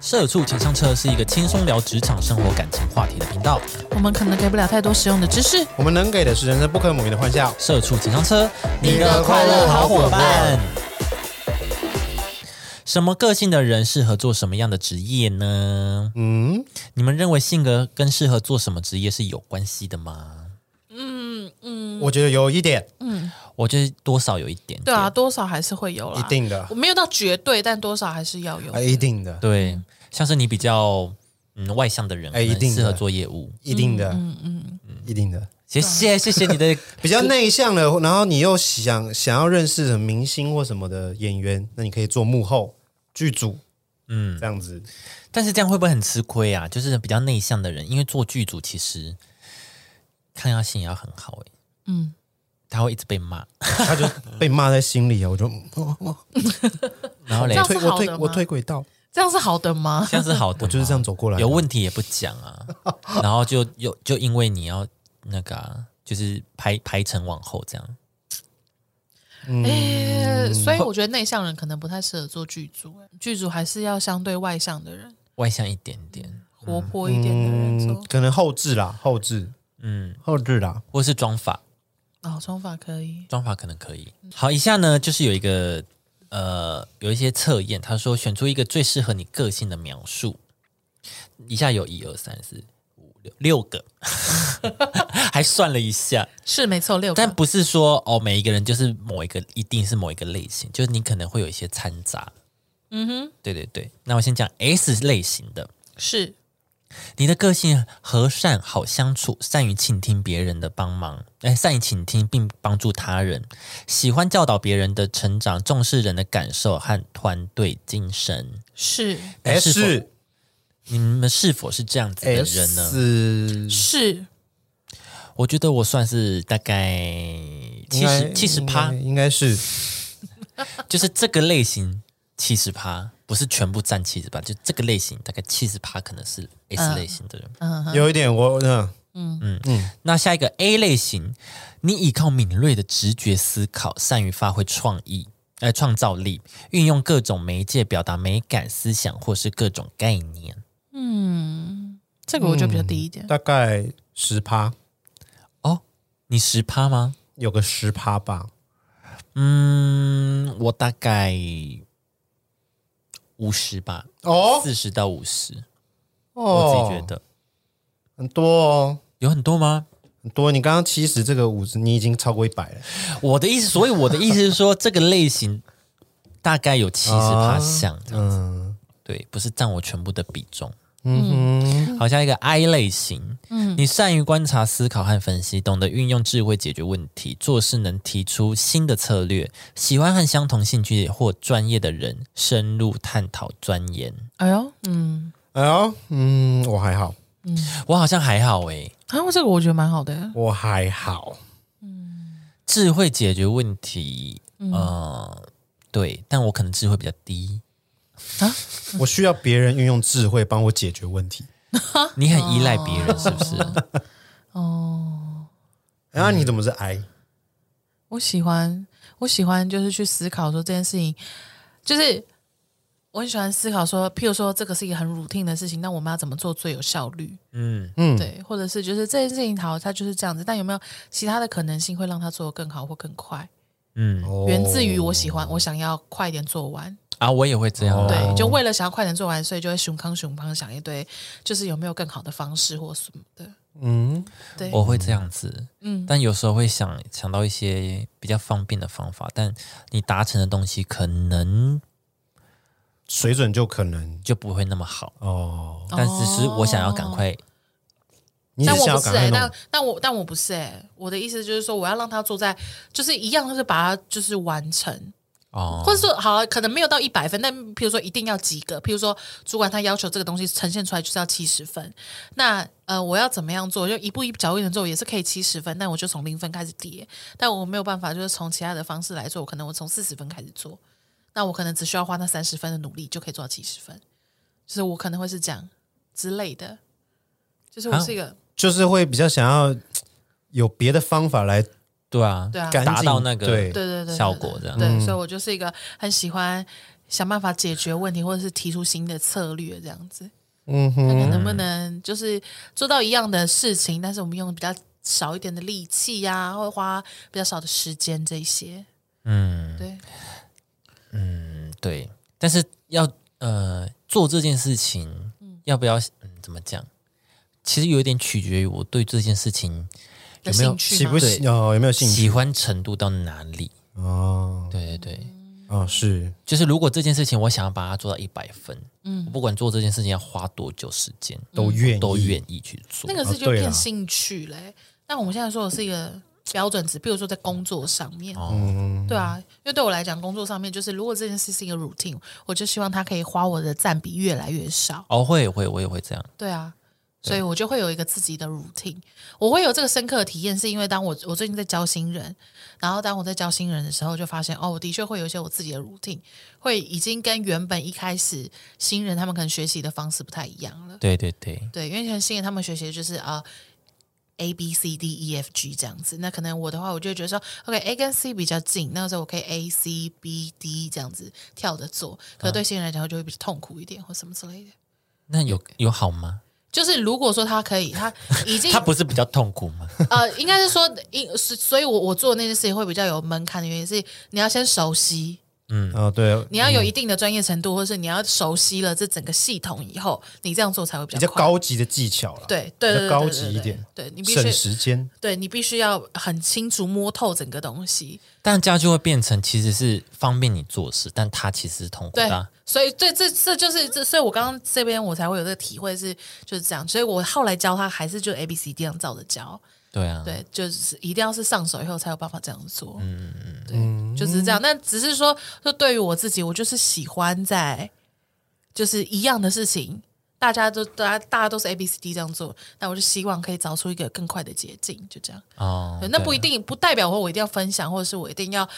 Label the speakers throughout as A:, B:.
A: 社畜情商车是一个轻松聊职场、生活、感情话题的频道。
B: 我们可能给不了太多实用的知识。
C: 我们能给的是人生不可磨灭的欢笑。
A: 社畜情商车，
C: 你的快乐好伙伴。
A: 什么个性的人适合做什么样的职业呢？
C: 嗯，
A: 你们认为性格跟适合做什么职业是有关系的吗？
C: 嗯我觉得有一点，
A: 我觉得多少有一点点
B: 对啊，，多少还是会有啦，
C: 一定的
B: 我没有到绝对，但多少还是要有。
C: 啊，一定的，
A: 对，像是你比较嗯外向的人，
C: 哎一定的
A: 适合做业务。
C: 一定的，嗯嗯，一定的。
A: 谢
B: 啊
A: 谢谢谢你的，
C: 比较内向的，然后你又想想要认识什么明星或什么的演员，那你可以做幕后剧组
A: 嗯，
C: 这样子。
A: 但是这样会不会很吃亏啊？就是比较内向的人，因为做剧组其实抗压性也要很好哎、
B: 嗯，
A: 他会一直被骂，
C: 他就被骂在心里啊， 我就我我
A: 然后嘞
B: 这，样
C: 退
B: 是好的
C: 我退
B: 吗
C: 我退轨道，
B: 这样是好的吗？
A: 这样是好的，
C: 我就是这样，走过来的。啊
A: 有问题也不讲 啊，然后就又就因为你要那个啊、就是排排成往后这样，
B: 诶，哎所以我觉得内向人可能不太适合做剧组，哎剧组还是要相对外向的人，
A: 外向一点点，
B: 活泼一点的人做。
C: 嗯可能后置啦，后置
A: 嗯，
C: 后置啦，
A: 或是妆法，
B: 哦，妆法可以，
A: 妆法可能可以。好，以下呢就是有一个呃有一些测验，他说选出一个最适合你个性的描述。以下有一二三四五六六个， 还算了一下，
B: 是没错，六个
A: 但不是说哦每一个人就是某一个一定是某一个类型，就是你可能会有一些掺杂。嗯哼，对对对。那我先讲 S 类型的，
B: 是
A: 你的个性和善、好相处，善于倾听别人的帮忙，哎，善于倾听并帮助他人，喜欢教导别人的成长，重视人的感受和团队精神。
B: 是
A: 哎是
C: S
A: 你们是否哎是这样子的人
C: 哎
A: 呢？
C: S
B: 是，
A: 我觉得我算是大概七十七十趴，
C: 应该是
A: 就是这个类型七十趴，不是全部占七十趴，就这个类型大概七十趴可能是 S 类型的人。
C: 有一点我嗯。
A: 那下一个 A 类型，你依靠敏锐的直觉思考，善于发挥创意，呃，创造力，运用各种媒介表达美感、思想或是各种概念。
B: 嗯这个我就比较低一点。
C: 大概十趴，
A: 哦，你十趴吗？
C: 有个十趴吧。
A: 嗯，我大概五十吧，
C: 哦
A: 四十到五十，我
C: 哦
A: 自己觉得
C: 很多哦，
A: 有很多吗？
C: 很多。哦你刚刚七十，这个五十，你已经超过一百了。
A: 我的意思，所以我的意思是说，这个类型大概有七十趴像这样子，
C: 啊嗯
A: 对，不是占我全部的比重。
C: 嗯
A: 好像一个 I 类型，嗯，你善于观察、思考和分析，懂得运用智慧解决问题，做事能提出新的策略，喜欢和相同兴趣或专业的人深入探讨钻研。
B: 哎呦，嗯，
C: 哼，哎呦，嗯，我还好，
A: 我好像还好欸诶、
B: 啊，这个我觉得蛮好的，
C: 我还好。
A: 智慧解决问题，嗯、呃，对，但我可能智慧比较低。
C: 我需要别人运用智慧帮我解决问题。
A: 你很依赖别人，是不 是？
C: 然后啊你怎么是 I？
B: 我喜欢，我喜欢就是去思考说这件事情，就是我很喜欢思考说，譬如说这个是一个很 routine 的事情，那我们要怎么做最有效率？
A: 嗯，
C: 嗯，
B: 对，或者是就是这件事情好，它就是这样子，但有没有其他的可能性会让它做得更好或更快？
A: 嗯
C: 哦哦
B: 源自于我喜欢，我想要快点做完，
A: 啊，我也会这样。
B: 对，就为了想要快点做完，所以就会熊康熊康想一堆，就是有没有更好的方式或什么的。
C: 嗯，
B: 对，
A: 我会这样子，嗯，但有时候会想想到一些比较方便的方法，但你达成的东西可能
C: 水准就可能
A: 就不会那么好。
C: 哦。
A: 但只是我想要赶快，
C: 你只
B: 但我
C: 想
B: 不
C: 要
B: 是
C: 赶
B: 哎、
C: 快弄
B: 但但我但我不是哎、我的意思就是说，我要让他做在，就是一样，就是把它就是完成，
A: 哦，
B: 或者说好，啊可能没有到一百分，但譬如说一定要及格，譬如说主管他要求这个东西呈现出来就是要七十分，那呃我要怎么样做，就一步一脚印的做也是可以七十分，但我就从零分开始叠，但我没有办法就是从其他的方式来做，我可能我从四十分开始做，那我可能只需要花那三十分的努力就可以做到七十分，就是我可能会是这样之类的，就是我
A: 啊
B: 是一个。
C: 就是会比较想要有别的方法来
A: 对啊，
B: 对啊
C: 赶紧
A: 达到那个
C: 对
B: 对对对对
A: 效果这样
B: 对，所以我就是一个很喜欢想办法解决问题，或者是提出新的策略，这样子。嗯哼，看看能不能就是做到一样的事情，但是我们用比较少一点的力气呀、啊，或者花比较少的时间这一些。嗯，对，
A: 嗯，对。但是要呃做这件事情，要不要嗯怎么讲？其实有一点取决于我对这件事情有
B: 有
A: 没有
B: 兴趣
C: 喜
B: 吗
C: 不喜哦？有没有兴趣
A: 喜欢程度到哪里。
C: 哦？
A: 对对对，
C: 哦，是
A: 就是如果这件事情我想要把它做到一百分，嗯，我不管做这件事情要花多久时间，
C: 都愿意
A: 都愿意去做。
B: 嗯那个是
C: 哦
B: 就
C: 对啦
B: 变兴趣嘞、那我们现在说的是一个标准值，比如说在工作上面，对啊，因为对我来讲，工作上面就是如果这件事是一个 routine，我就希望它可以花我的占比越来越少。
A: 哦，会会，我也会这样。
B: 对啊，所以我就会有一个自己的 routine。我会有这个深刻的体验，是因为当我我最近在教新人，然后当我在教新人的时候，就发现哦，我的确会有一些我自己的 routine，会已经跟原本一开始新人他们可能学习的方式不太一样了。
A: 对对对，
B: 对，因为像新人他们学习的就是啊、A B C D E F G 这样子，那可能我的话，我就会觉得说，OK A 跟 C 比较近，那个时候我可以 A C B D 这样子跳着做，可是对新人来讲就会比较痛苦一点，或什么之类的。
A: 那有有好吗？
B: 就是如果说他可以， 他已经
A: 他不是比较痛苦吗？
B: 呃，应该是说，因是所以我，我做那件事情会比较有门槛的原因是，你要先熟悉，
A: 嗯
C: 哦，对，
B: 你要有一定的专业程度，或是你要熟悉了这整个系统以后，你这样做才会比
C: 比
B: 较
C: 较
B: 快。
C: 高级的技巧了，
B: 对对对
C: 比
B: 对
C: 较高
B: 对
C: 级
B: 对
C: 一
B: 对
C: 点，
B: 对你必
C: 省
B: 须，
C: 时间。
B: 对你必须要很清楚摸透整个东西。
A: 但这样就会变成其实是方便你做事，但他其实是痛苦
B: 对
A: 的啊。，
B: 所以对这这就是这，所以我刚刚这边我才会有这个体会是就是这样，所以我后来教他还是就 A B C D 这样照着教。
A: 对啊，
B: 对，就是一定要是上手以后才有办法这样做。嗯嗯，对，就只是这样。但只是说，就对于我自己，我就是喜欢在就是一样的事情，大家都大家大家都是 A B C D 这样做，那我就希望可以找出一个更快的捷径，就这样。
A: 哦
B: 对，那不
A: 对
B: 一定不代表我我一定要分享，或者是我一定要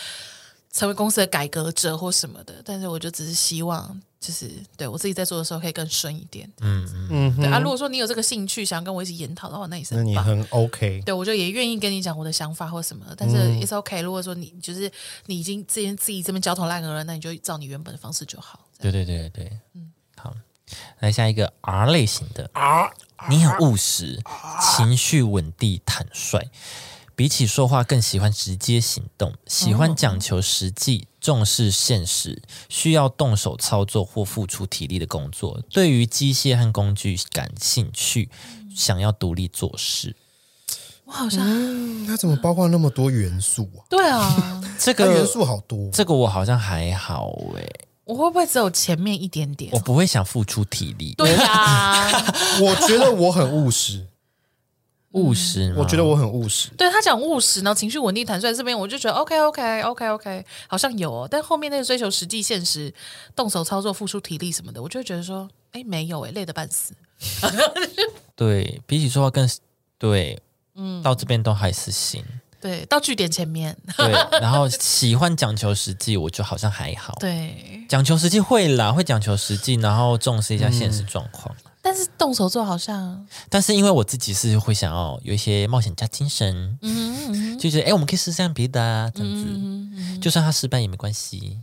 B: 成为公司的改革者或什么的，但是我就只是希望。就是对我自己在做的时候可以更顺一点，嗯嗯，对啊。如果说你有这个兴趣，想要跟我一起研讨的话，那也是
C: 那
B: 很
C: 你
B: 棒。
C: 很 OK，
B: 对，我就也愿意跟你讲我的想法或什么，但是 it's OK。如果说你就是你已经之前自己这边焦头烂额了，那你就照你原本的方式就好。这样
A: 对对对对，嗯，好，来下一个 R 类型的 R，你很务实，情绪稳定坦率，比起说话更喜欢直接行动，喜欢讲求实际，重视现实，需要动手操作或付出体力的工作，对于机械和工具感兴趣，想要独立做事。
B: 我好像、
C: 它怎么包括那么多元素啊？
B: 对啊，
A: 这
C: 它元
A: 个
C: 素好多，
A: 这个我好像还好诶、
B: 我会不会只有前面一点点
A: 我？不会想付出体力，
B: 对啊，
C: 我觉得我很 务实，
A: 务实吗，
C: 我觉得我很务实。
B: 对他讲务实，然后情绪稳定坦率这边，我就觉得 OK OK OK OK，好像有哦。但后面那个追求实际现实、动手操作、付出体力什么的，我就会觉得说，哎，没有哎，累得半死。
A: 对比起说话更对，嗯，到这边都还是行。
B: 对，到据点前面，
A: 对，然后喜欢讲求实际，我就好像还好。
B: 对。
A: 讲求实际会啦，会讲求实际，然后重视一下现实状况。
B: 但是动手做好像，
A: 但是因为我自己是会想要有一些冒险家精神，
B: 嗯嗯
A: 就觉得哎、诶我们可以试试看别的啊，这样子，
B: 嗯嗯，
A: 就算他失败也没关系，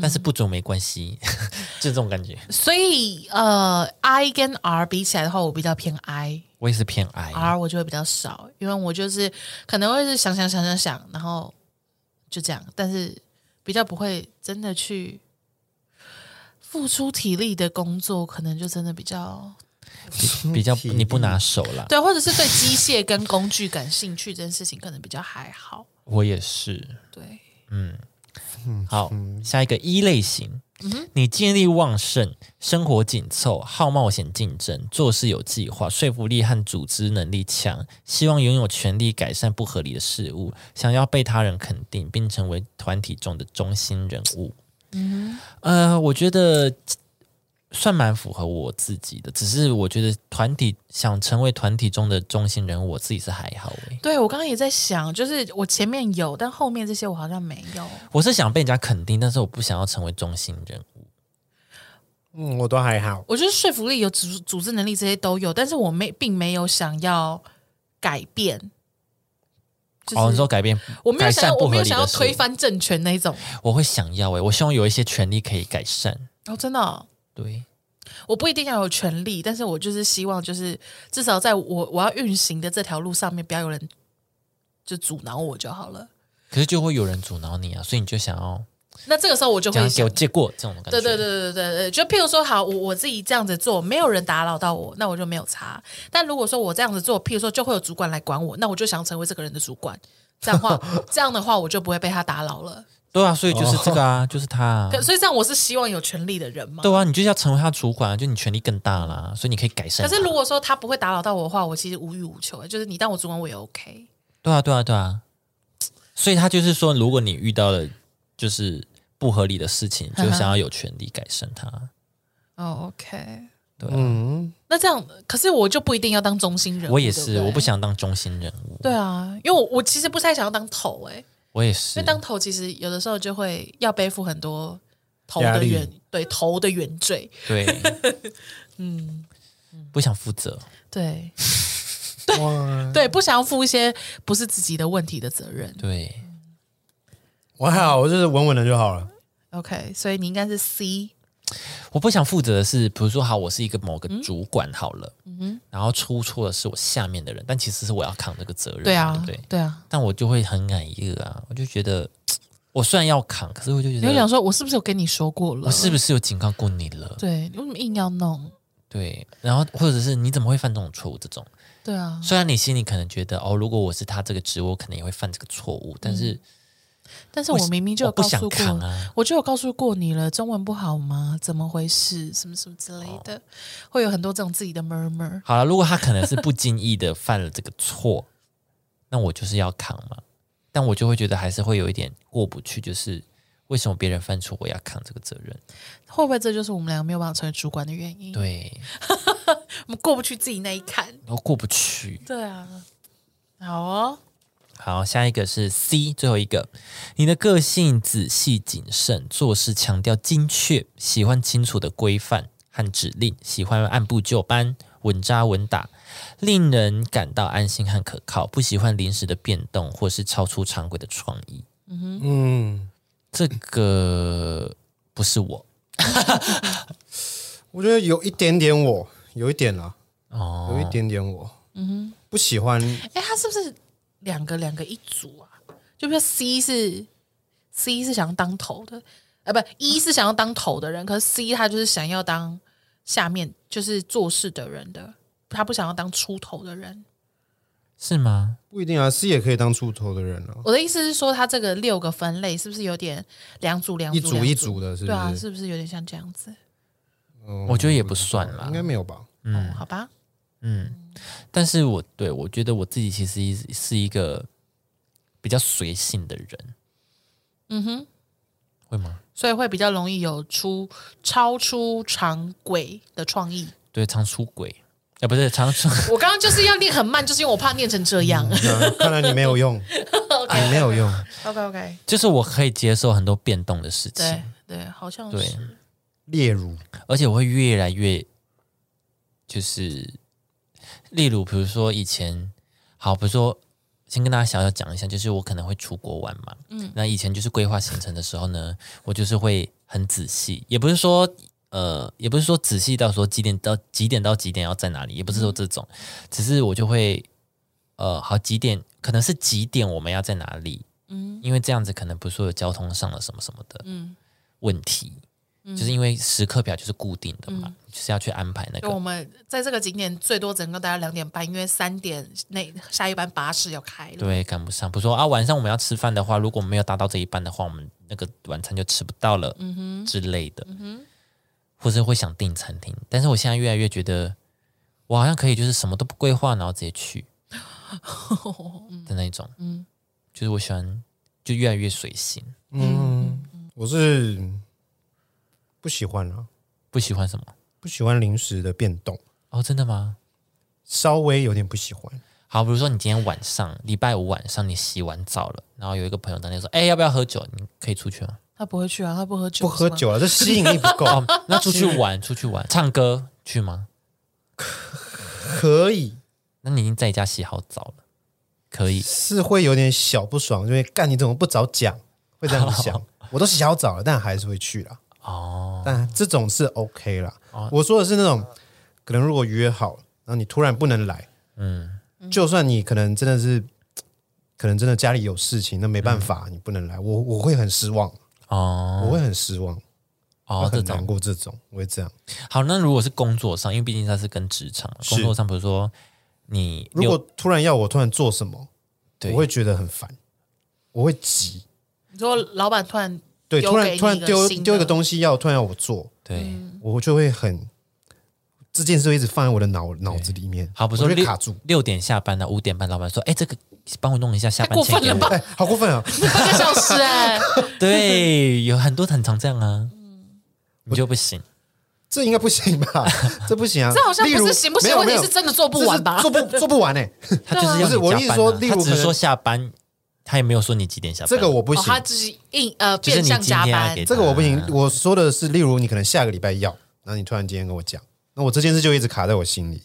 A: 但是不准没关系， 就这种感觉。
B: 所以呃，I 跟 R 比起来的话，我比较偏 I，R
A: 我也是偏矮，
B: 我就会比较少，因为我就是可能会是想想想想想，然后就这样，但是比较不会真的去付出体力的工作，可能就真的比较
A: 比比较你不拿手啦。
B: 对，或者是对机械跟工具感兴趣这件事情，可能比较还好。
A: 我也是。
B: 对，
A: 好，下一个一类型，你精力旺盛，生活紧凑，好冒险竞争，做事有计划，说服力和组织能力强，希望拥有权利改善不合理的事物，想要被他人肯定，并成为团体中的中心人物。嗯，呃，我觉得。算蛮符合我自己的，只是我觉得团体想成为团体中的中心人物，我自己是还好欸诶、
B: 对我刚刚也在想，就是我前面有，但后面这些我好像没有。
A: 我是想被人家肯定，但是我不想要成为中心人物。
C: 嗯，我都还好。
B: 我觉得说服力有组组织能力这些都有，但是我没并没有想要改变就是、
A: 哦，你说改变，
B: 我没有
A: 改
B: 想要，
A: 善
B: 我
A: 不合
B: 没有
A: 理
B: 想要
A: 的事
B: 推翻政权那一种。
A: 我会想要诶、欸我希望有一些权利可以改善。
B: 哦，真的哦、
A: 对，
B: 我不一定要有权利，但是我就是希望，就是至少在我我要运行的这条路上面，不要有人就阻挠我就好了。
A: 可是就会有人阻挠你啊，所以你就想要
B: 那这个时候我就
A: 这样
B: 会
A: 给
B: 想
A: 我，结果这种感觉。
B: 对对对对对对，对就譬如说，好，我我自己这样子做，没有人打扰到我，那我就没有差。但如果说我这样子做，譬如说就会有主管来管我，那我就想成为这个人的主管。这样的话， 这样的话我就不会被他打扰了。
A: 对啊，所以就是这个啊，就是他、啊。
B: 哦可所以这样我是希望有权利的人嘛。
A: 对啊，你就是要成为他主管啊，就你权力更大啦，所以你可以改善
B: 可
A: 啊。
B: 是如果说他不会打扰到我的话，我其实无欲无求，欸就是你当我主管我也 OK。
A: 对啊，对啊，对啊。所以他就是说，如果你遇到了就是不合理的事情，就
B: 嗯哼
A: 想要有权利改善它。
B: 哦，OK、o k
C: 嗯，
B: 那这样，可是我就不一定要当中心人物
A: 我也
B: 对
A: 是，
B: 对
A: 我不。想当中心人物。
B: 对啊，因为我我其实不太想要当头哎、欸
A: 我也
B: 因
A: 是
B: 为，当头其实有的时候就会要背负很多头
C: 压
B: 的
C: 力
B: 原对头的原罪，
A: 对， 嗯，不想负责。
B: 对
C: 哇
B: 对，不想要负一些不是自己的问题的责任。
A: 对，
C: 我还好，我就是稳稳的就好了。
B: OK，所以你应该是 C
A: 我不想负责的是，比如说，好，我是一个某个主管好了，
B: 嗯
A: 然后出错的是我下面的人，但其实是我要扛这个责任嘛，
B: 对啊
A: 对不对？
B: 对啊，
A: 但我就会很感一个啊，我就觉得我虽然要扛，可是我就觉
B: 你会想
A: 得
B: 说，我是不是有跟你说过了？
A: 我是不是有警告过你了？
B: 对，你为什么硬要弄？
A: 对，然后或者是你怎么会犯这种错误？这种
B: 对啊，
A: 虽然你心里可能觉得哦，如果我是他这个职，我可能也会犯这个错误，但是
B: 但是我明嗯明就
A: 我
B: 有
A: 不
B: 告
A: 想
B: 诉过
A: 扛啊。
B: 我就有告诉过你了，中文不好吗？怎么回事？什么什么之类的，会有很多这种自己的 murmur。
A: 好了，如果他可能是不经意的犯了这个错， 那我就是要扛嘛。但我就会觉得还是会有一点过不去，就是为什么别人犯错我要扛这个责任？
B: 会不会这就是我们两个没有办法成为主管的原因？
A: 对，
B: 我们过不去自己那一坎。
A: 我过不去。
B: 对啊，好哦，
A: 好，下一个是 C，最后一个，你的个性仔细谨慎，做事强调精确，喜欢清楚的规范和指令，喜欢按部就班，稳扎稳打，令人感到安心和可靠，不喜欢临时的变动或是超出常规的创意。
C: 嗯，
A: 这个不是我
C: 我觉得有一点点我，有一点啦，有一
A: 哦，
C: 点点我，嗯哼，不喜欢
B: 哎，他是不是两个两个一组啊？就比如说 C 是 C 是想要当头的，呃，不，E 是想要当头的人，可是 C 他就是想要当下面就是做事的人的，他不想要当出头的人。
A: 是吗？
C: 不一定啊，C 也可以当出头的人啊，
B: 我的意思是说，它这个六个分类是不是有点两组两组
C: 一组
B: 两
C: 一组的是不是
B: 对啊，是不是有点像这样子？
C: 嗯
A: 我觉得也不算啦
C: 应该没有吧？
B: 嗯，好吧，
A: 嗯，但是我对我觉得我自己其实是一个比较随性的人，嗯哼，会吗？
B: 所以会比较容易有出超出常轨的创意。
A: 对，常出轨，哎、不是常出，
B: 我刚刚就是要念很慢，就是因为我怕念成这样。
C: 那嗯看来你没有用，你没有用，
B: OK OK，
A: 就是我可以接受很多变动的事
B: 对
A: 情，
B: 对，好像
A: 对
B: 是
C: 例如
A: 而且我会越来越，就是，例如比如说以前，好，比如说。先跟大家小小讲一下，就是我可能会出国玩嘛，嗯，那以前就是规划行程的时候呢，我就是会很仔细，也不是说呃，也不是说仔细到说几点到几点到几点要在哪里，也不是说这种，只是我就会呃，好几点可能是几点我们要在哪里，嗯，因为这样子可能不是说有交通上的什么什么的，嗯，问题，就是因为时刻表就是固定的嘛，嗯就是要去安排那
B: 就我
A: 个。
B: 们在这个景点最多只能够待到两点半，因为三点那下一班巴士要开了。
A: 对，赶不上。不是说啊，晚上我们要吃饭的话，如果没有搭到这一班的话，我们那个晚餐就吃不到了，之类的，或是会想订餐厅。但是我现在越来越觉得，我好像可以就是什么都不规划，然后直接去的那种，就是我喜欢就越来越随性，
C: 我是不喜欢啊，
A: 不喜欢什么
C: 不喜欢临时的变动，
A: 哦，真的吗？
C: 稍微有点不喜欢。
A: 好，比如说你今天晚上，礼拜五晚上你洗完澡了，然后有一个朋友当天说：“哎、要不要喝酒？你可以出去吗？
B: 他不会去啊，他不喝酒，
C: 不喝
B: 是吗。
C: 酒了，这吸引力不够。
A: 哦，那出去玩，出去玩，唱歌去吗
C: 可以，？”
A: 那你已经在家洗好澡了，可以，
C: 是会有点小不爽，因为干你怎么不早讲？会这样子 想，我都想要早了，但还是会去啦。哦，但这种是 OK 啦。我说的是那种，可能如果约好，然后你突然不能来，嗯，就算你可能真的是，可能真的家里有事情，那没办法，你不能
B: 嗯
C: 来，我我会很失望，
A: 哦
C: 我会很失望，我
A: 哦，这
C: 很
A: 种
C: 难过。这种，我会这样。
A: 好，那如果是工作上，因为毕竟它是跟职场，
C: 是
A: 工作上比如说你
C: 如
A: 六
C: 果突然要我突然做什么，
A: 对
C: 我会觉得很烦，我会急。
B: 你说老板突然
C: 对，
B: 丢
C: 突
B: 给
C: 然
B: 你
C: 突然
B: 一个
C: 丢
B: 新
C: 丢一个
B: 的
C: 东西要突然要我做，
A: 对
B: 嗯
C: 我就会很这件事会一直放在我的脑脑子里面，
A: 好，比
C: 我
A: 如说
C: 就会
A: 六
C: 卡住，
A: 六点下班了，五点半老板说，哎，这个帮我弄一下下
B: 太
A: 班
B: 过
A: 前
B: 分
A: 给
B: 了
A: 我。
B: 吧？
C: 哎，好过分啊！
B: 半个小时哎、
A: 对，有很多很常这样啊，
B: 嗯
A: 你就不行。
C: 这应该不行吧？这不行啊！
B: 这好像
C: 例
B: 不
C: 如
B: 是行不行
C: 没有
B: 问题
C: 没有
B: 是真的做不
C: 这是
B: 完吧
C: 做不做不 完哎，
A: 他就是要
C: 不是我
A: 你
C: 意
A: 加班
C: 思说
A: 啊
C: 例
A: 他
C: 如
A: 只是
C: 可能
A: 说下班，他也没有说你几点下班。
C: 这个我不
B: 哦，
C: 行
B: 他，就是硬呃
A: 就是
B: 变
A: 你
B: 相
A: 今
B: 加
A: 天要
B: 班
A: 给，
C: 这个我不行。
A: 啊
C: 我说的是，例如你可能下个礼拜要，然后你突然今天跟我讲，那我这件事就一直卡在我心里，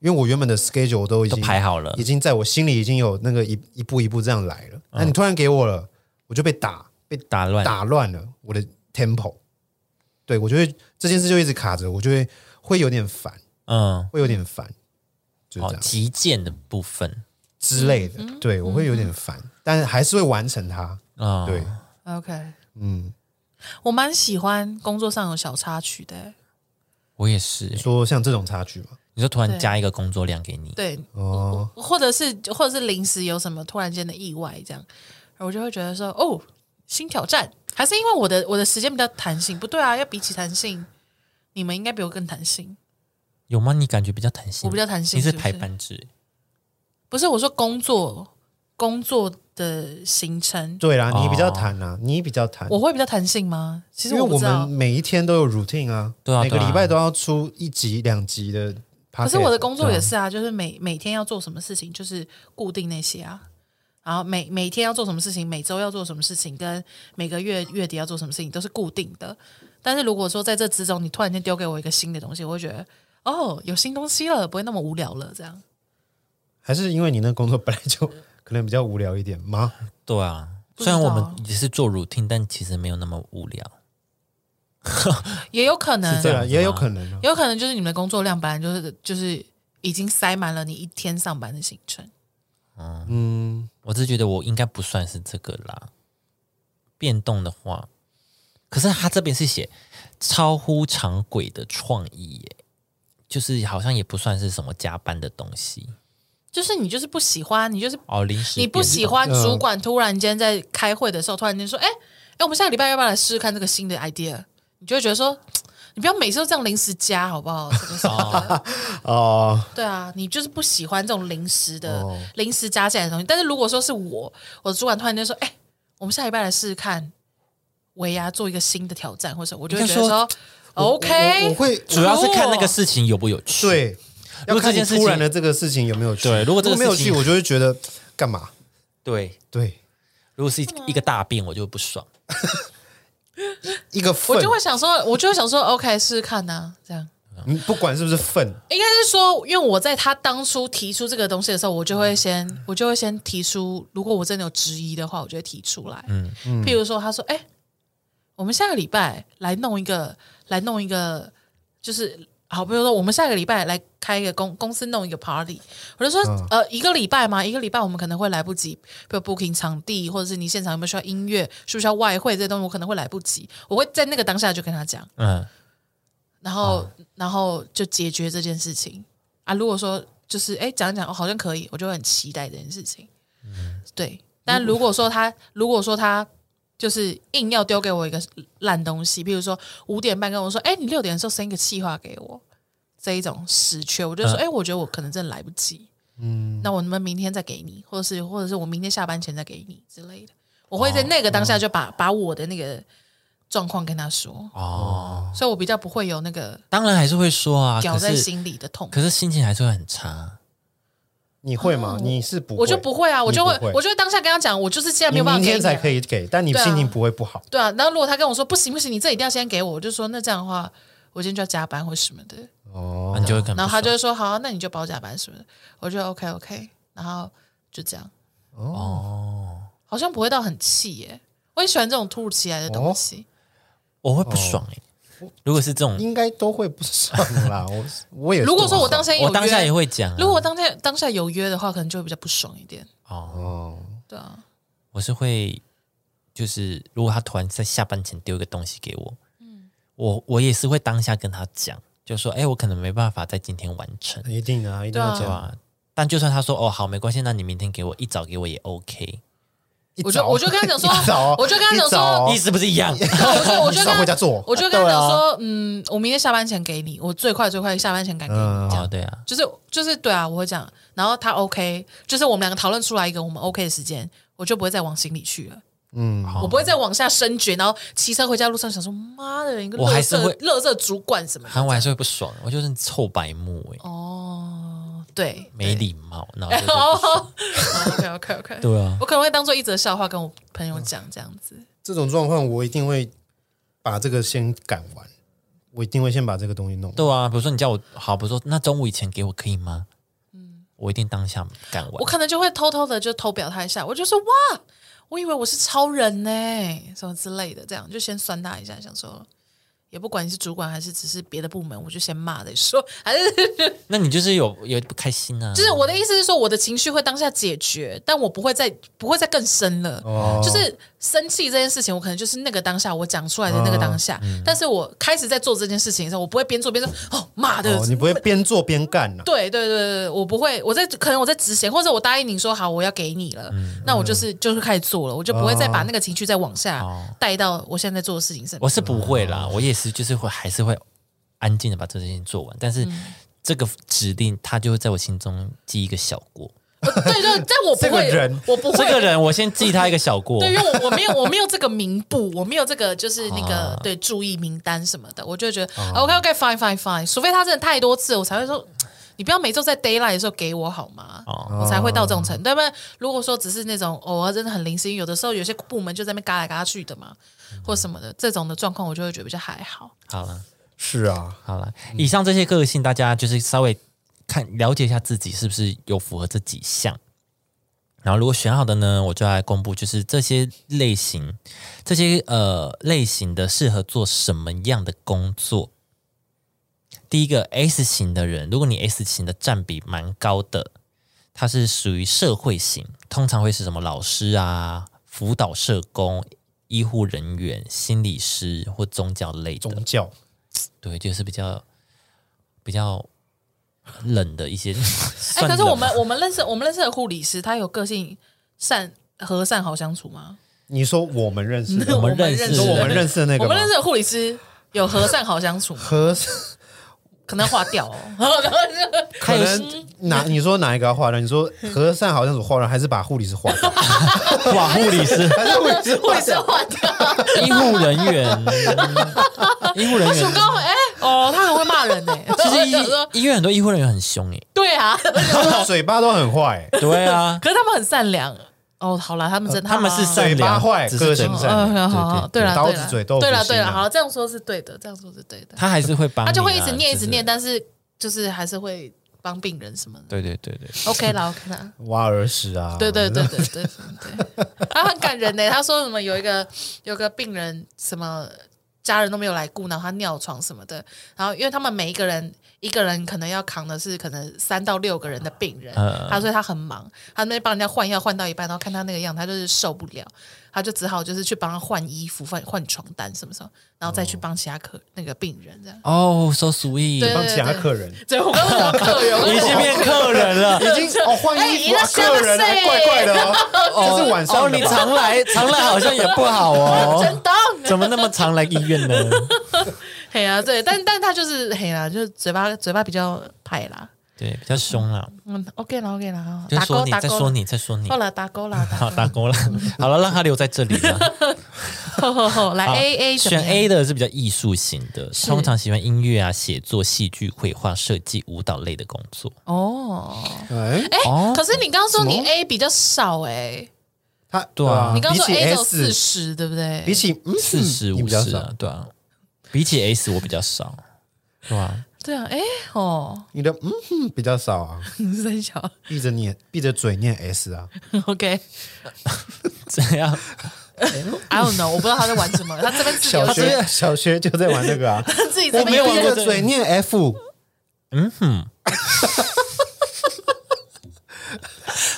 C: 因为我原本的 schedule 我都已
A: 都
C: 经
A: 排好了
C: 已，经在我心里已经有那个一一步一步这样来了。
A: 嗯
C: 那你突然给我了，我就被打被
A: 打
B: 哎
A: 乱。
C: 打乱了我的 tempo，对我就会这件事就一直卡着，我就会会有点烦，
A: 嗯，
C: 会有点烦，就这
A: 好，
C: 样
B: 哦
A: 极简的部分
C: 之类的。
B: 嗯
C: 对我会有点烦，但是还是会完成它。
A: 啊，
B: 哦
C: 对，
B: OK，
C: 嗯，
B: 我蛮喜欢工作上有小插曲的、欸
A: 我也是欸。
C: 说像这种差距嘛，
A: 你说突然
B: 对
A: 加一个工作量给你，
B: 对，
C: 哦，
B: 或者是或者是临时有什么突然间的意外这样，然后我就会觉得说哦，新挑战，还是因为我的我的时间比较弹性，不对啊，要比起弹性，你们应该比我更弹性，
A: 有吗？你感觉比较弹性，
B: 我比较弹性
A: 你是
B: 是不
A: 排
B: 是
A: 班制，
B: 不是我说工作工作的行程，
C: 对啦，
A: 哦
C: 你比较弹啊，你比较弹。
B: 我会比较弹性吗？其实
C: 因为
B: 我不
C: 我
B: 知道
C: 们，每一天都有 routine 啊，
A: 对啊
C: 每个
A: 对啊
C: 礼拜都要出一集两集的 podcast。
B: 可是我的工作也是啊，就是每每天要做什么事情，就是固定那些啊。然后每每天要做什么事情，每周要做什么事情，跟每个月月底要做什么事情都是固定的。但是如果说在这之中，你突然间丢给我一个新的东西，我会觉得哦，有新东西了，不会那么无聊了。这样
C: 还是因为你那工作本来就可能比较无聊一点吗？
A: 对啊。
B: 不
A: 虽然
B: 知
A: 我
B: 道
A: 们也是做 routine，但其实没有那么无聊。
B: 也有可能
A: 这
C: 对
A: 样
C: 啊，
A: 子
C: 也有
A: 吗
C: 可能啊。
B: 有可能就是你们的工作量本来就是就是已经塞满了你一天上班的行程。
C: 嗯，
A: 我只觉得我应该不算是这个啦。变动的话，可是他这边是写超乎常规的创意耶，就是好像也不算是什么加班的东西
B: 就是你就是不喜欢，你就是
A: 哦。临时
B: 你不
A: 变动
B: 喜欢
C: 嗯
B: 主管突然间在开会的时候，突然间说：“哎、哎、我们下个礼拜要不要来试试看这个新的 idea？” 你就会觉得说，嘖你不要每次都这样临时加，好不好？这个是
C: 哦，
B: 对啊，你就是不喜欢这种临时的、
C: 哦
B: 临时加进来的东西。但是如果说是我，我的主管突然间说：“哎、我们下礼拜来试试看维亚做一个新的挑战，或者我就会觉得
A: 应该
B: 说，OK，
C: 我我会
A: 主要是看那个
B: cool
A: 事情有不有趣。
C: 对，
A: 如
C: 要
A: 果
C: 看
A: 这件
C: 你
A: 事情
C: 突然的这个事情有没有趣。
A: 对如果这个
C: 没有
A: 事
C: 趣，
A: 情
C: 我就会觉得干嘛？
A: 对，
C: 对，
A: 如果是一
B: 啊
A: 一个大便，我就不爽。
C: 一个愤
B: 我，就会想说，我就会想说，OK，试试看呐、这样。”
C: 你不管是不是愤，
B: 应该是说，因为我在他当初提出这个东西的时候，我就会先，我就会先提出，如果我真的有质疑的话，我就会提出来。嗯，譬如说，他说：“哎、我们下个礼拜来弄一个，来弄一个，就是好，比如说我们下个礼拜来开一个公公司弄一个 party。”我就说：“呃，一个礼拜嘛，一个礼拜我们可能会来不及，比如 booking 场地，或者是你现场有没有需要音乐，需不需要外汇这些东西，我可能会来不及。我会在那个当下就跟他讲。”
A: 嗯，
B: 然后、然后就解决这件事情啊。如果说就是哎讲一讲、哦，好像可以，我就会很期待这件事情。对，但嗯如果说他如果说他就是硬要丢给我一个烂东西，比如说五点半跟我说，哎，你六点的时候 send 一个气话给我，这一种死缺，我就说，
A: 嗯
B: 哎、我觉得我可能真的来不及。嗯，那我能不能明天再给你，或者是或者是我明天下班前再给你之类的？我会在那个当下就把、把我的那个状况跟他说，
A: 哦，
B: 所以我比较不会有那个
A: 当然还是会说啊，
B: 咬
A: 可
B: 在
A: 是
B: 心里的痛。
A: 可是心情还是会很差。啊
C: 你会吗？你是不会？
B: 哦我就不会啊，我就会
C: 你不，会
B: 我就会当下跟他讲，我就是现在没
C: 你
B: 有办法
C: 明
B: 给
C: 天
B: 你
C: 才
B: 啊。
C: 可以给，但你
B: 对啊
C: 心情不会不好。
B: 对啊，然后如果他跟我说不行不行，你这一定要先给我，我就说那这样的话，我今天就要加班或什么的。
A: 啊
C: 哦，
A: 你就会很不爽
B: 啊然后他就会说好，那你就包加班什么的，我就 OK OK，然后就这样，
C: 哦
B: 好像不会到很气耶。我很喜欢这种突如其来的东
C: 哦
B: 西，
A: 我会不爽哎、如果是这种，
C: 应该都会不爽啦。我我也
B: 如果说我当
C: 时
B: 下有
A: 我当下
B: 约
A: 也会讲、啊。
B: 如果当下当下有约的话，可能就会比较不爽一点。
A: 哦，
C: 哦，
B: 对啊，
A: 我是会，就是如果他突然在下班前丢一个东西给我，
B: 嗯
A: 我我也是会当下跟他讲，就说，哎、我可能没办法在今天完成，
C: 一定啊，一定要
A: 对
B: 对
C: 讲。
A: 吧？但就算他说，哦，好，没关系，那你明天给我一早给我也 OK，
C: 一
B: 我就
C: 早
B: 我就跟他讲
C: 一早
B: 说
C: 啊，
B: 我就跟他讲
C: 一早
B: 说
C: 哦啊
A: 意思不是一样？
B: 我就我就
C: 你
B: 跟
C: 少
B: 他
C: 回家做，
B: 我就跟他
C: 对
B: 讲
C: 啊
B: 说，嗯，我明天下班前给你，我最快最快下班前赶给你，
C: 嗯
B: 这
A: 哦，
B: 样
A: 对啊，
B: 就是就是对啊，我会这样。然后他 OK，就是我们两个讨论出来一个我们 OK 的时间，我就不会再往心里去了，
C: 嗯，
A: 哦
B: 我不会再往下深掘。然后骑车回家路上想说，妈的，一个
A: 我还是会
B: 乐乐色主管什么的
A: 喊我还是会不爽，我就是你臭白目哎、
B: 哦，对，
A: 没礼貌，然后就会不爽
B: 哦，OK OK OK，
A: 对啊，
B: 我可能会当做一则笑话跟我朋友讲这样子。
C: 这种状况我一定会把这个先赶完，我一定会先把这个东西弄完。
A: 对啊，比如说你叫我好，比如说那中午以前给我可以吗？
B: 嗯
A: 我一定当下干
B: 我
A: 完。
B: 可能就会偷偷的就偷表态一下，我就说哇，我以为我是超人呢、什么之类的，这样就先酸他一下，想说也不管你是主管还是只是别的部门，我就先骂的说，还是
A: 那你就是有有不开心啊？
B: 就是我的意思是说，我的情绪会当下解决，但我不会再不会再更深了。
C: 哦
B: 就是生气这件事情，我可能就是那个当下我讲出来的那个当下，
C: 嗯
B: 但是我开始在做这件事情的时候，我不会边做边说哦妈的，
C: 哦，你不会边做边干呐？
B: 对对对对，我不会，我在可能我在执行，或者我答应你说好，我要给你了，
A: 嗯
B: 那我就是就是开始做了，我就不会再把那个情绪再往下
A: 哦
B: 带到我现在在做的事情上面。
A: 我是不会啦，我也是，就是会还是会安静的把这件事情做完，但是
B: 嗯
A: 这个指令它就会在我心中记一个小过。
B: 对对，但 我不
C: 这个
B: 会，
C: 人
B: 我不会，
A: 这个人我先记他一个小过，
B: 对，因为我我没有我没有这个名簿，我没有这个就是那个、
A: 啊
B: 对注意名单什么的，我就会觉
C: 哦
B: 得、OK OK fine fine fine，除非他真的太多次，我才会说。你不要每周在 d a y l i g h t 的时候给我好吗？
A: 哦
B: 我才会到这种程度。要不然，如果说只是那种偶尔真的很零星，有的时候有些部门就在那边嘎来嘎去的嘛，或什么的这种的状况，我就会觉得比较还好。
A: 好了
C: 是啊，
A: 好了，以上这些个性，大家就是稍微看了解一下自己是不是有符合这几项。然后如果选好的呢，我就来公布，就是这些类型，这些呃类型的适合做什么样的工作。第一个 S 型的人，如果你 S 型的占比蛮高的，他是属于社会型，通常会是什么老师啊、辅导社工、医护人员、心理师或宗教类的。
C: 宗教
A: 对，就是比较比较冷的一些。
B: 哎、
A: 哎
B: 可是
C: 啊
B: 我们我们认识我们认识的护理师，他有个性善和善好相处吗？
C: 你说我们认识 的，
A: 我们认识
C: 你说我们认识的那
B: 我
C: 个吗
B: 们认识的护理师有和善好相处吗？
C: 和
B: 可能划掉哦。
C: 可能哪？你说哪一个要化妆？你说和善好像是化妆，还是把护理师化掉？
A: 哇，护理 师、
C: 还是护理师
B: 我
C: 化
B: 也是
C: 掉？
B: 划掉。
A: 医护人 员、医护人
B: 主
A: 员，
B: 公，哎、 哦，他很会骂人呢、
A: 其实
B: 我想说，
A: 医医院很多医护人员很凶欸诶。
B: 对啊，可
C: 他们嘴巴都很坏，
A: 对啊，
B: 是他们很善良。哦，好 啦，他们真的，
A: 他们是善
C: 嘴巴
A: 良，
C: 坏
A: 只
C: 个
A: 是嘴
C: 性
A: 巴
C: 善良
B: 嗯，好好，对了，
C: 刀
B: 对
C: 子
B: 了，
C: 嘴豆腐
B: 对了，
C: 心
B: 对了，
C: 啊
B: 好，这样说是对的，这样说是对的。
A: 他还是会帮你啊，
B: 他就会一直念，一直
A: 是
B: 念，。但是就是还是会帮病人什么的。
A: 对对对对，
B: OK 啦，OK 啦。
C: 挖耳屎啊！
B: 对
A: 哦
B: 对对对对对，他很感人呢、他说什么有一个有个病人什么家人都没有来顾，然后他尿床什么的，然后因为他们每一个人一个人可能要扛的是可能三到六个人的病人，
A: 嗯
B: 他说他很忙，他那边帮人家换药换到一半，然后看他那个样子，他就是受不了，他就只好就是去帮他换衣服、换换床单什么什么，然后再去帮其他客那个病人这样。
A: 哦，so sweet，
B: 对
C: 帮其他客人
B: 对，我刚刚讲客人，我刚
A: 已
B: 刚
A: 经
B: 讲
A: 变客人了。
C: 已经哦换衣服啊
B: 哎，你那
C: 客人还怪怪的哦， 这是晚
A: 哦，
C: 上的
A: 你
C: 吧
A: 常来常来好像也不好哦，
B: 真的。
A: 怎么那么常来医院 呢？
B: 嘿啊，对，但但他就是嘿啦，就是嘴巴嘴巴比较派啦。
A: 对，比较凶啦，
B: 嗯，OK 啦，OK 啦，好
A: 就
B: 打
A: 说
B: 勾
A: 你，
B: 打
A: 再说
B: 勾，
A: 你，再说你
B: 好，了，打勾啦，打
A: 好，打 勾了。好了，让他留在这里吧。
B: 勾，吼吼吼，来
A: 好
B: A A
A: 选 A 的是比较艺术型的，
B: 是
A: 通常喜欢音乐啊、写作、戏剧、绘画、设计、舞蹈类的工作。
B: 哦，
C: 哎，
B: 哎
A: 哦，
B: 可是你刚刚说
C: 什么
B: 你 A 比较少哎，
C: 他
A: 对啊
B: 你刚
C: 比
B: 刚说
C: 起
B: A 只有四
C: S，
B: 十，对不对？
C: 比起嗯
A: 四十
C: 你
A: 五
C: 比较
A: 十
C: 少
A: 啊，对啊，比起 S 我比较少，对吧、啊？
B: 对啊，哎哦，
C: 你的嗯哼比较少啊，
B: 三 小
C: 闭着念闭着嘴念 S 啊，
B: ，OK，I
A: 怎样？
B: don't know，我不知道他在玩什么，他这边自己有
C: 小
B: 他这边
C: 学小学就在玩这个啊，
B: 他自己这
C: 我
B: 边
C: 没有
A: 玩
C: 闭
A: 过
B: 有
A: 这
C: 着
A: 个
C: 嘴念 F，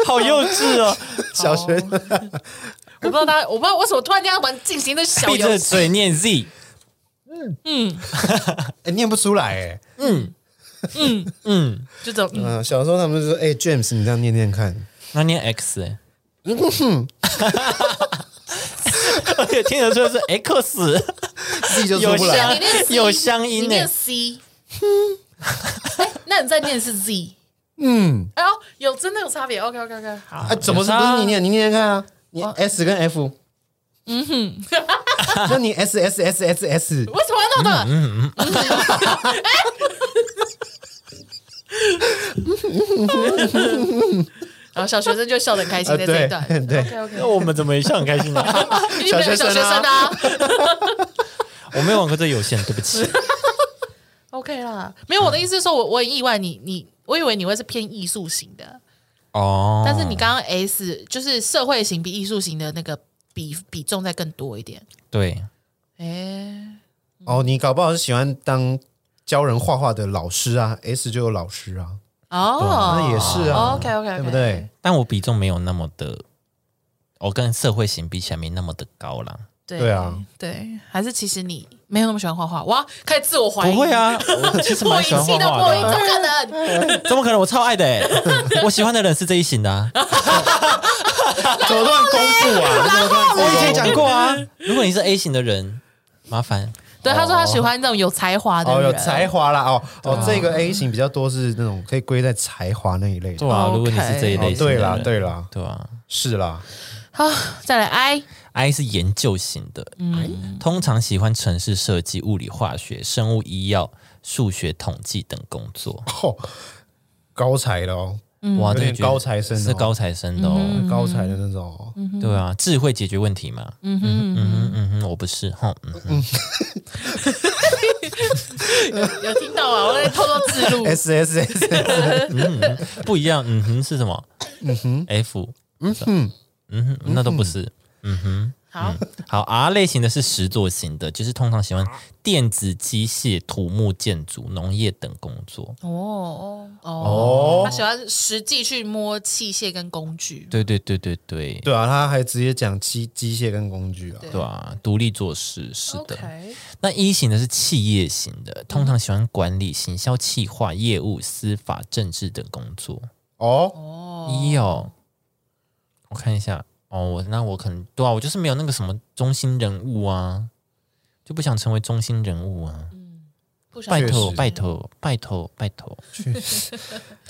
A: 好幼稚哦！
C: 小学
B: 我不知道他，我不知道为什么突然间要玩进行的小
A: 闭
B: 游
A: 着
B: 戏，
A: 嘴念 Z，
C: 哎念不出来哎，
A: 嗯，
B: 就这种嗯
C: 嗯，小时候他们就说哎 James 你这样念念看，
A: 那念 X 哎、嗯 而且听得出来是 X，
C: 自己就说
A: 有
C: 不来
B: 像，
A: 乡
B: 啊你
A: 嗯有乡音欸呢、
B: 念 C，你念 C，哎，那你再念是 Z，
C: 嗯，
B: 哎呦，有真的有差别，OK OK OK，好，
C: 啊怎么是不是你念你念念看啊，你
A: 哦
C: S 跟 F，嗯哼， 就你 S S S S S，
B: 为什么要弄的？
C: 嗯嗯
B: 哎然后小学生就笑得很开心，
C: 啊
B: 在这一
C: 对
B: 段，
C: 对
B: OK
A: 那我们怎么也笑很开心呢、啊
B: 因为没有小学生的啊
A: 我没有玩过这游戏，对不起。
B: ，OK 啦。没有我的意思是说，我我很意外，你你，我以为你会是偏艺术型的，
A: 哦，
B: 但是你刚刚 S 就是社会型比艺术型的那个比比重再更多一点。
A: 对
B: 哎，
C: 哦你搞不好是喜欢当教人画画的老师啊，S 就有老师啊，
B: 哦，
C: 那也是啊
B: OK OK，
C: 对不对？？
A: 但我比重没有那么的，我跟社会型比起来没那么的高啦。
B: 对
C: 对啊，
B: 对，还是其实你没有那么喜欢画画，哇，开始自我怀疑，
A: 不会，啊，我其 实
B: 破
A: 蛮
B: 音
A: 喜欢
B: 器
A: 画
B: 的
A: 画
B: 破音，
A: 的啊、
B: 怎么可能？
A: 怎么可能？我超爱的、欸，我喜欢的人是这一型的、啊。
C: 怎么乱公 布啊？怎么乱公布
A: 我以前讲过啊，如果你是 A 型的人，麻烦
B: 对，他说他喜欢那种有才华的人，
C: 哦，有才华啦，哦哦，
A: 啊
C: 这个 A 型比较多是那种可以归在才华那一类的。
A: 对啊。
B: OK
A: 如果你是这一类
C: 哦，
A: 型的
C: 对
A: 人，
C: 啦，对啦，
A: 对啊。
C: 是啦，
B: 好，再来哎 I，
A: I 是研究型的，嗯，通常喜欢城市设计、物理、化学、生物、医药、数学、统计等工作。
C: 哦，高材的哦，
A: 哇，
C: 有
A: 这个啊
C: 点
A: 觉得
C: 高材生哦嗯
A: 是高材生的哦，
B: 嗯
C: 高材的那种哦。
A: 对啊，智慧解决问题嘛。嗯哼嗯哼嗯哼，我不是哈，哼嗯哼
B: 有听到啊？我在偷偷自 录
C: S S S，
A: 不一样。嗯哼是什么？嗯哼 F，嗯哼嗯哼，那都不是。
B: 好，
A: 好，R 类型的是实作型的，就是通常喜欢电子、机械、土木、建筑、农业等工作。
B: 哦哦
C: 哦
B: 他喜欢实际去摸器械跟工具，
A: 对对对对对，
C: 对啊，他还直接讲机机械跟工具啊。
A: 对啊，独立做事是的。
B: OK，
A: 那一型的是企业型的，通常喜欢管理、行销、企划、业务、司法、政治等工作。
C: 哦，
A: 一哦，我看一下哦，我那我可能对啊，我就是没有那个什么中心人物啊，就不想成为中心人物啊。
B: 嗯不想
A: 拜
C: 确
A: 托，
C: 实
A: 拜托，拜托，拜托，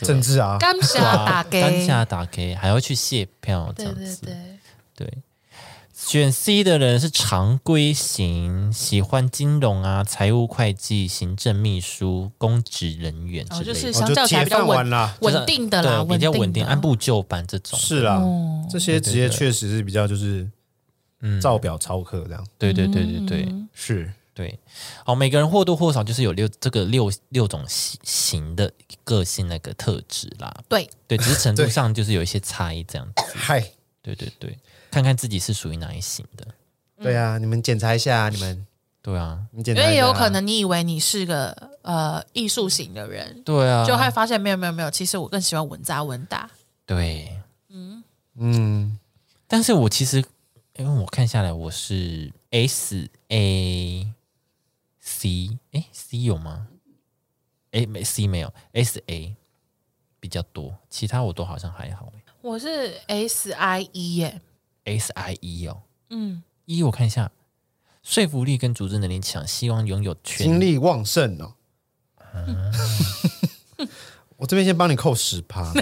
C: 政治啊，
B: 干下打给，
A: 当下打给，还要去卸票这
B: 对
A: 样
B: 对
A: 子。
B: 对，
A: 对，选 C 的人是常规型，喜欢金融啊、财务会计、行政秘书、公职人员
B: 然后
A: 之类
B: 就
A: 的，
B: 是
A: 就是
B: 相
C: 哦
B: 较
C: 就
B: 起来比较
C: 铁饭碗
B: 稳
C: 啦
B: 稳定的啦，
A: 对比较
B: 稳
A: 稳
B: 定
A: 定，
B: 的
A: 按部就班这种。
C: 是啦
B: 哦，
C: 这些职业确实是比较就是
A: 嗯
C: 照表操课这样。
A: 对对对对对
C: 是，
A: 对。好，每个人或多或少就是有六这个六六种型型的个性那个特质啦。
B: 对，
A: 对，只是程度
C: 对
A: 上就是有一些差异这样子。
C: 嗨，
A: 对对对，看看自己是属于哪一型的。
C: 对啊，你们检查一下，你们
A: 对啊，
C: 你检
B: 嗯因
C: 查一下啊，
B: 为有可能你以为你是个呃艺术型的人，
A: 对啊，
B: 就会发现没有没有没有，其实我更喜欢稳扎稳打。
A: 对。
C: 嗯，
A: 但是我其实，因为我看下来，我是 S A C，哎，C 有吗？哎，没 C 没有，S A 比较多，其他我都好像还好、
B: 我是 S I E 耶，
A: S I E 哦，
B: 嗯，
A: 一、我看一下，说服力跟组织能力强，希望拥有
C: 精
A: 权力。
C: 力旺盛哦。
A: 啊
C: 我这边先帮你扣十 趴，
B: 不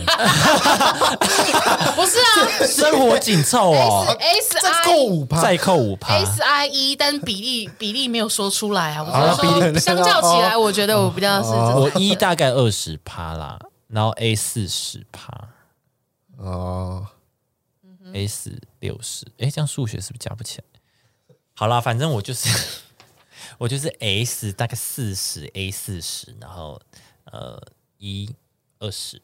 B: 是啊
A: 生活紧凑哦，
B: ，S
C: 再扣
B: I E，
C: 五趴，
A: 再扣五啊趴。
B: S I E，但比例比例没有说出来啊。我
C: 啊
B: 只是
C: 比
B: 说，
C: 例
B: 相较起来，我觉得我比较是
A: 我一大概二十趴啦，然后 A 四十趴
C: 哦，
A: ，S 六十，哎，这样数学是不是加不起来？好啦，反正我就是 我就是 S 大概四十 A 四十，然后呃一二十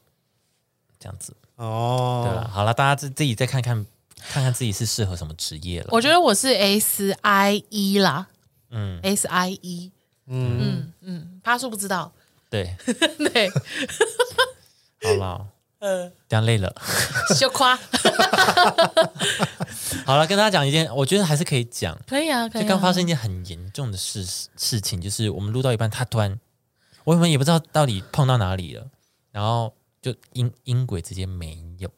A: 这样子，对
C: 哦，
A: 了，好了，大家自自己再看看看看自己是适合什么职业了。
B: 我觉得我是 S I E 啦，嗯，S I E，嗯嗯嗯，他说不知道，
A: 对，
B: 对，
A: 好 了，
B: 嗯
A: 呃，讲累了，
B: 羞夸，
A: 好了，跟大家讲一件，我觉得还是可以讲，
B: 可以啊，可以、
A: 就
B: 啊。
A: 刚发生一件很严重的事事情，就是我们录到一半，他突然，我们也不知道到底碰到哪里了，然后就音音轨直接没有，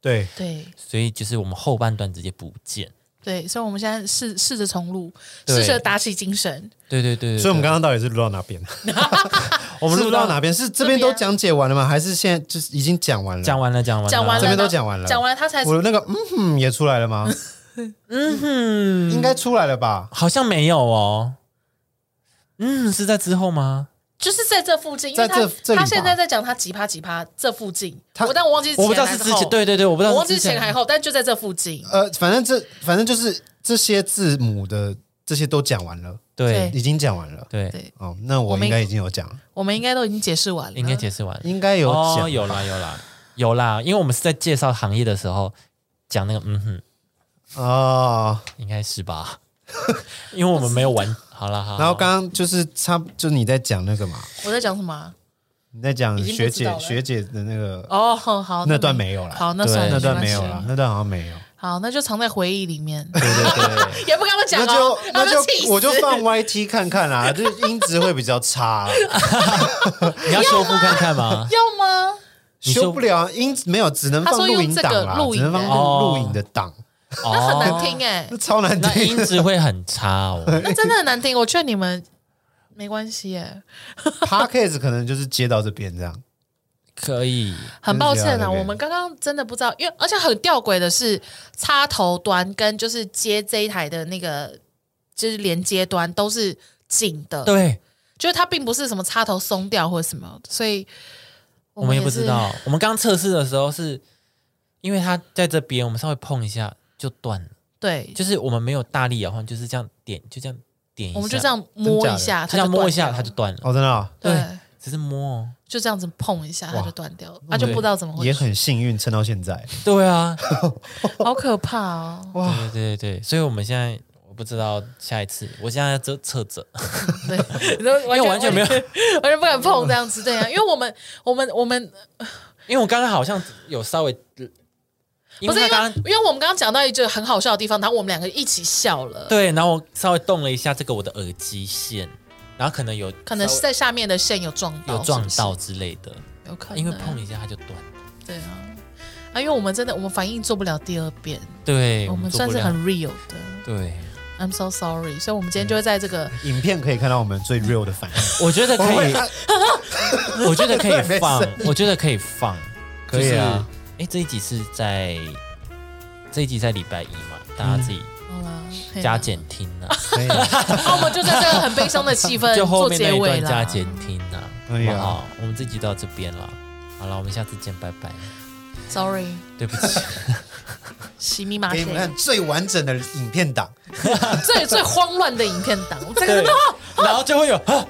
C: 对，
B: 对
A: 所以就是我们后半段直接不见。
B: 对，所以我们现在试试着重录，
A: 对
B: 试着打起精神。
A: 对对对对，
C: 所以我们刚刚到底是录到哪边？
A: 我
C: 我
A: 们
C: 们
A: 录
C: 录到
A: 到
C: 哪边？是这边都讲解完了吗？还是现在就是已经讲完了？
A: 讲完了，讲完了，
B: 讲完了，
C: 这边都讲完了
B: 讲完了他才
C: 我那个嗯哼也出来了吗？嗯哼，应该出来了吧？
A: 好像没有哦。嗯，是在之后吗？
B: 就是在这附近，因为
C: 在
B: 他
C: 这这里吧
B: 他现在在讲他几趴几趴这附近，
C: 他
B: 我但我忘记是
A: 我不知道
B: 还
A: 是之
B: 后
A: 前，对对对，我不知道
B: 我
A: 是
B: 忘记
A: 之
B: 是前还后，但就在这附近。
C: 呃，反正这反正就是这些字母的这些都讲完了，
A: 对
C: 已经讲完了。
A: 对
B: 对
C: 哦，那
B: 我
C: 我
B: 们
C: 应该已经有讲，
B: 我们应该都已经解释完了，
A: 应该解释完了。
C: 应该有
A: 哦，
C: 讲，
A: 有 啦有啦有啦，因为我们是在介绍行业的时候讲那个，嗯哼，
C: 哦。
A: 应该是吧？ 因为我们没有 玩，好了好啦。
C: 然后刚刚就是差，就你在讲那个嘛，
B: 我在讲什么啊？
C: 你在讲
B: 已经
C: 学
B: 不知道
C: 姐
B: 了
C: 学姐的那个
B: 哦，好，
C: 那段没有啦，
B: 好，那算了，
C: 那段
B: 关
C: 没
B: 系
C: 有啦，，那段好像没有。
B: 好，那就藏在回忆里面，
C: 对对对。
B: 也不跟我讲
C: 那
B: 哦，
C: 就
B: 然
C: 那
B: 后气死
C: 就我就放 YT 看 看啦，这音质会比较差啊啦，
A: 你要修复看看 吗？
B: 要吗？
A: 你说
C: 修不了啊音，没有只能
B: 啊他
C: 放
B: 说
C: 录
B: 用
C: 影
B: 这个
C: 档啦，
B: 录
C: 只能
B: 影
C: 放
B: 的
A: 哦
C: 录录影的档，
B: 那很难
A: 哦，
B: 听哎
C: 那，超难
A: 那
C: 听
A: 音。质会很差哦。
B: 那真的很难听。我劝你们没关系哎，
C: Podcast 可能就是接到这边这样，
A: 可 以，
B: 很抱歉
C: 真的
B: 啊，
C: 假的
B: 我们刚刚真的不知道，因为而且很吊诡的是，插头端跟就是接这一台的那个就是连接端都是紧的，
A: 对
B: 就是它并不是什么插头松掉或者什么，所以
A: 我们也不
B: 是
A: 知。道。我们刚测试的时候是，因为它在这边，我们稍微碰一下就断了，
B: 对，
A: 就是我们没有大力摇晃，就是这样点，就这样点一下，
B: 我们就这样摸一下，
A: 就这样摸一下它
B: 它
A: 就
B: 就
A: 断了。
C: 哦，真的哦
B: 断掉了
A: 对只是摸哦，
B: 对，就这样子碰一下它就断掉了，啊
C: 哇
B: 它就不知道怎么回
C: 也
B: 事，
C: 很幸运撑到现在，。
A: 对啊，
B: 好可怕哦
C: 哇，
A: 对对对对，所以我们现在我不知道下一次，我现在在测着，
B: 对， 你都
A: 因为完全没有，
B: 完全不敢碰这样子，对啊，因为我们我们我们
A: 因为我刚刚好像有稍微，因
B: 不是因
A: 他
B: 为
A: 刚刚
B: 因为我们刚刚讲到一个很好笑的地方，然后我们两个一起笑了，
A: 对，然后我稍微动了一下这个我的耳机线，然后可能有
B: 可能是在下面的线有撞
A: 稍微
B: 到，
A: 有撞
B: 是
A: 到
B: 不
A: 之类的，
B: 是，有可能
A: 因为碰一下它就断了。
B: 对啊。啊，因为我们真的，我们反应做不了第二遍，
A: 对，
B: 我们
A: 做
B: 算
A: 不
B: 是
A: 了
B: 很 real 的
A: 对，
B: ，I'm so sorry。所以，我们今天就会在这个
C: 影片可以看到我们最 real 的反应，
A: 我觉得可以，我觉得可
C: 没
A: 以
C: 事
A: 放，我觉得可以放，
C: 可以啊。
A: 哎，这一集是在这一集在礼拜一嘛，大家自己
B: 好啦嘿啦
A: 加减听啊。
C: 可以
B: 呃啊，我们就在这个很悲伤的气氛
A: 就后
B: 嗯做
A: 面
B: 结
A: 那一
B: 尾
A: 段加
B: 啦。
A: 减听呐、
C: 哎呀
A: 好不好？我们这集到这边了，好了，我们下次见，拜 拜。
B: Sorry，
A: 对不起，
B: 洗密码
C: 给你们看最完整的影片档，
B: 最最慌乱的影片 档，这个
A: 对，然后就会有，啊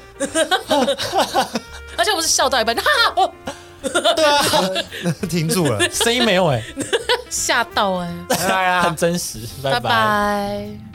B: 而且我们是笑到一半，哈哈，哦
A: 对啊，
C: 停住了，
A: 声音没有哎、
B: 吓到哎、
C: 来啦
A: 很真实，
B: 拜
A: 拜拜
B: 拜。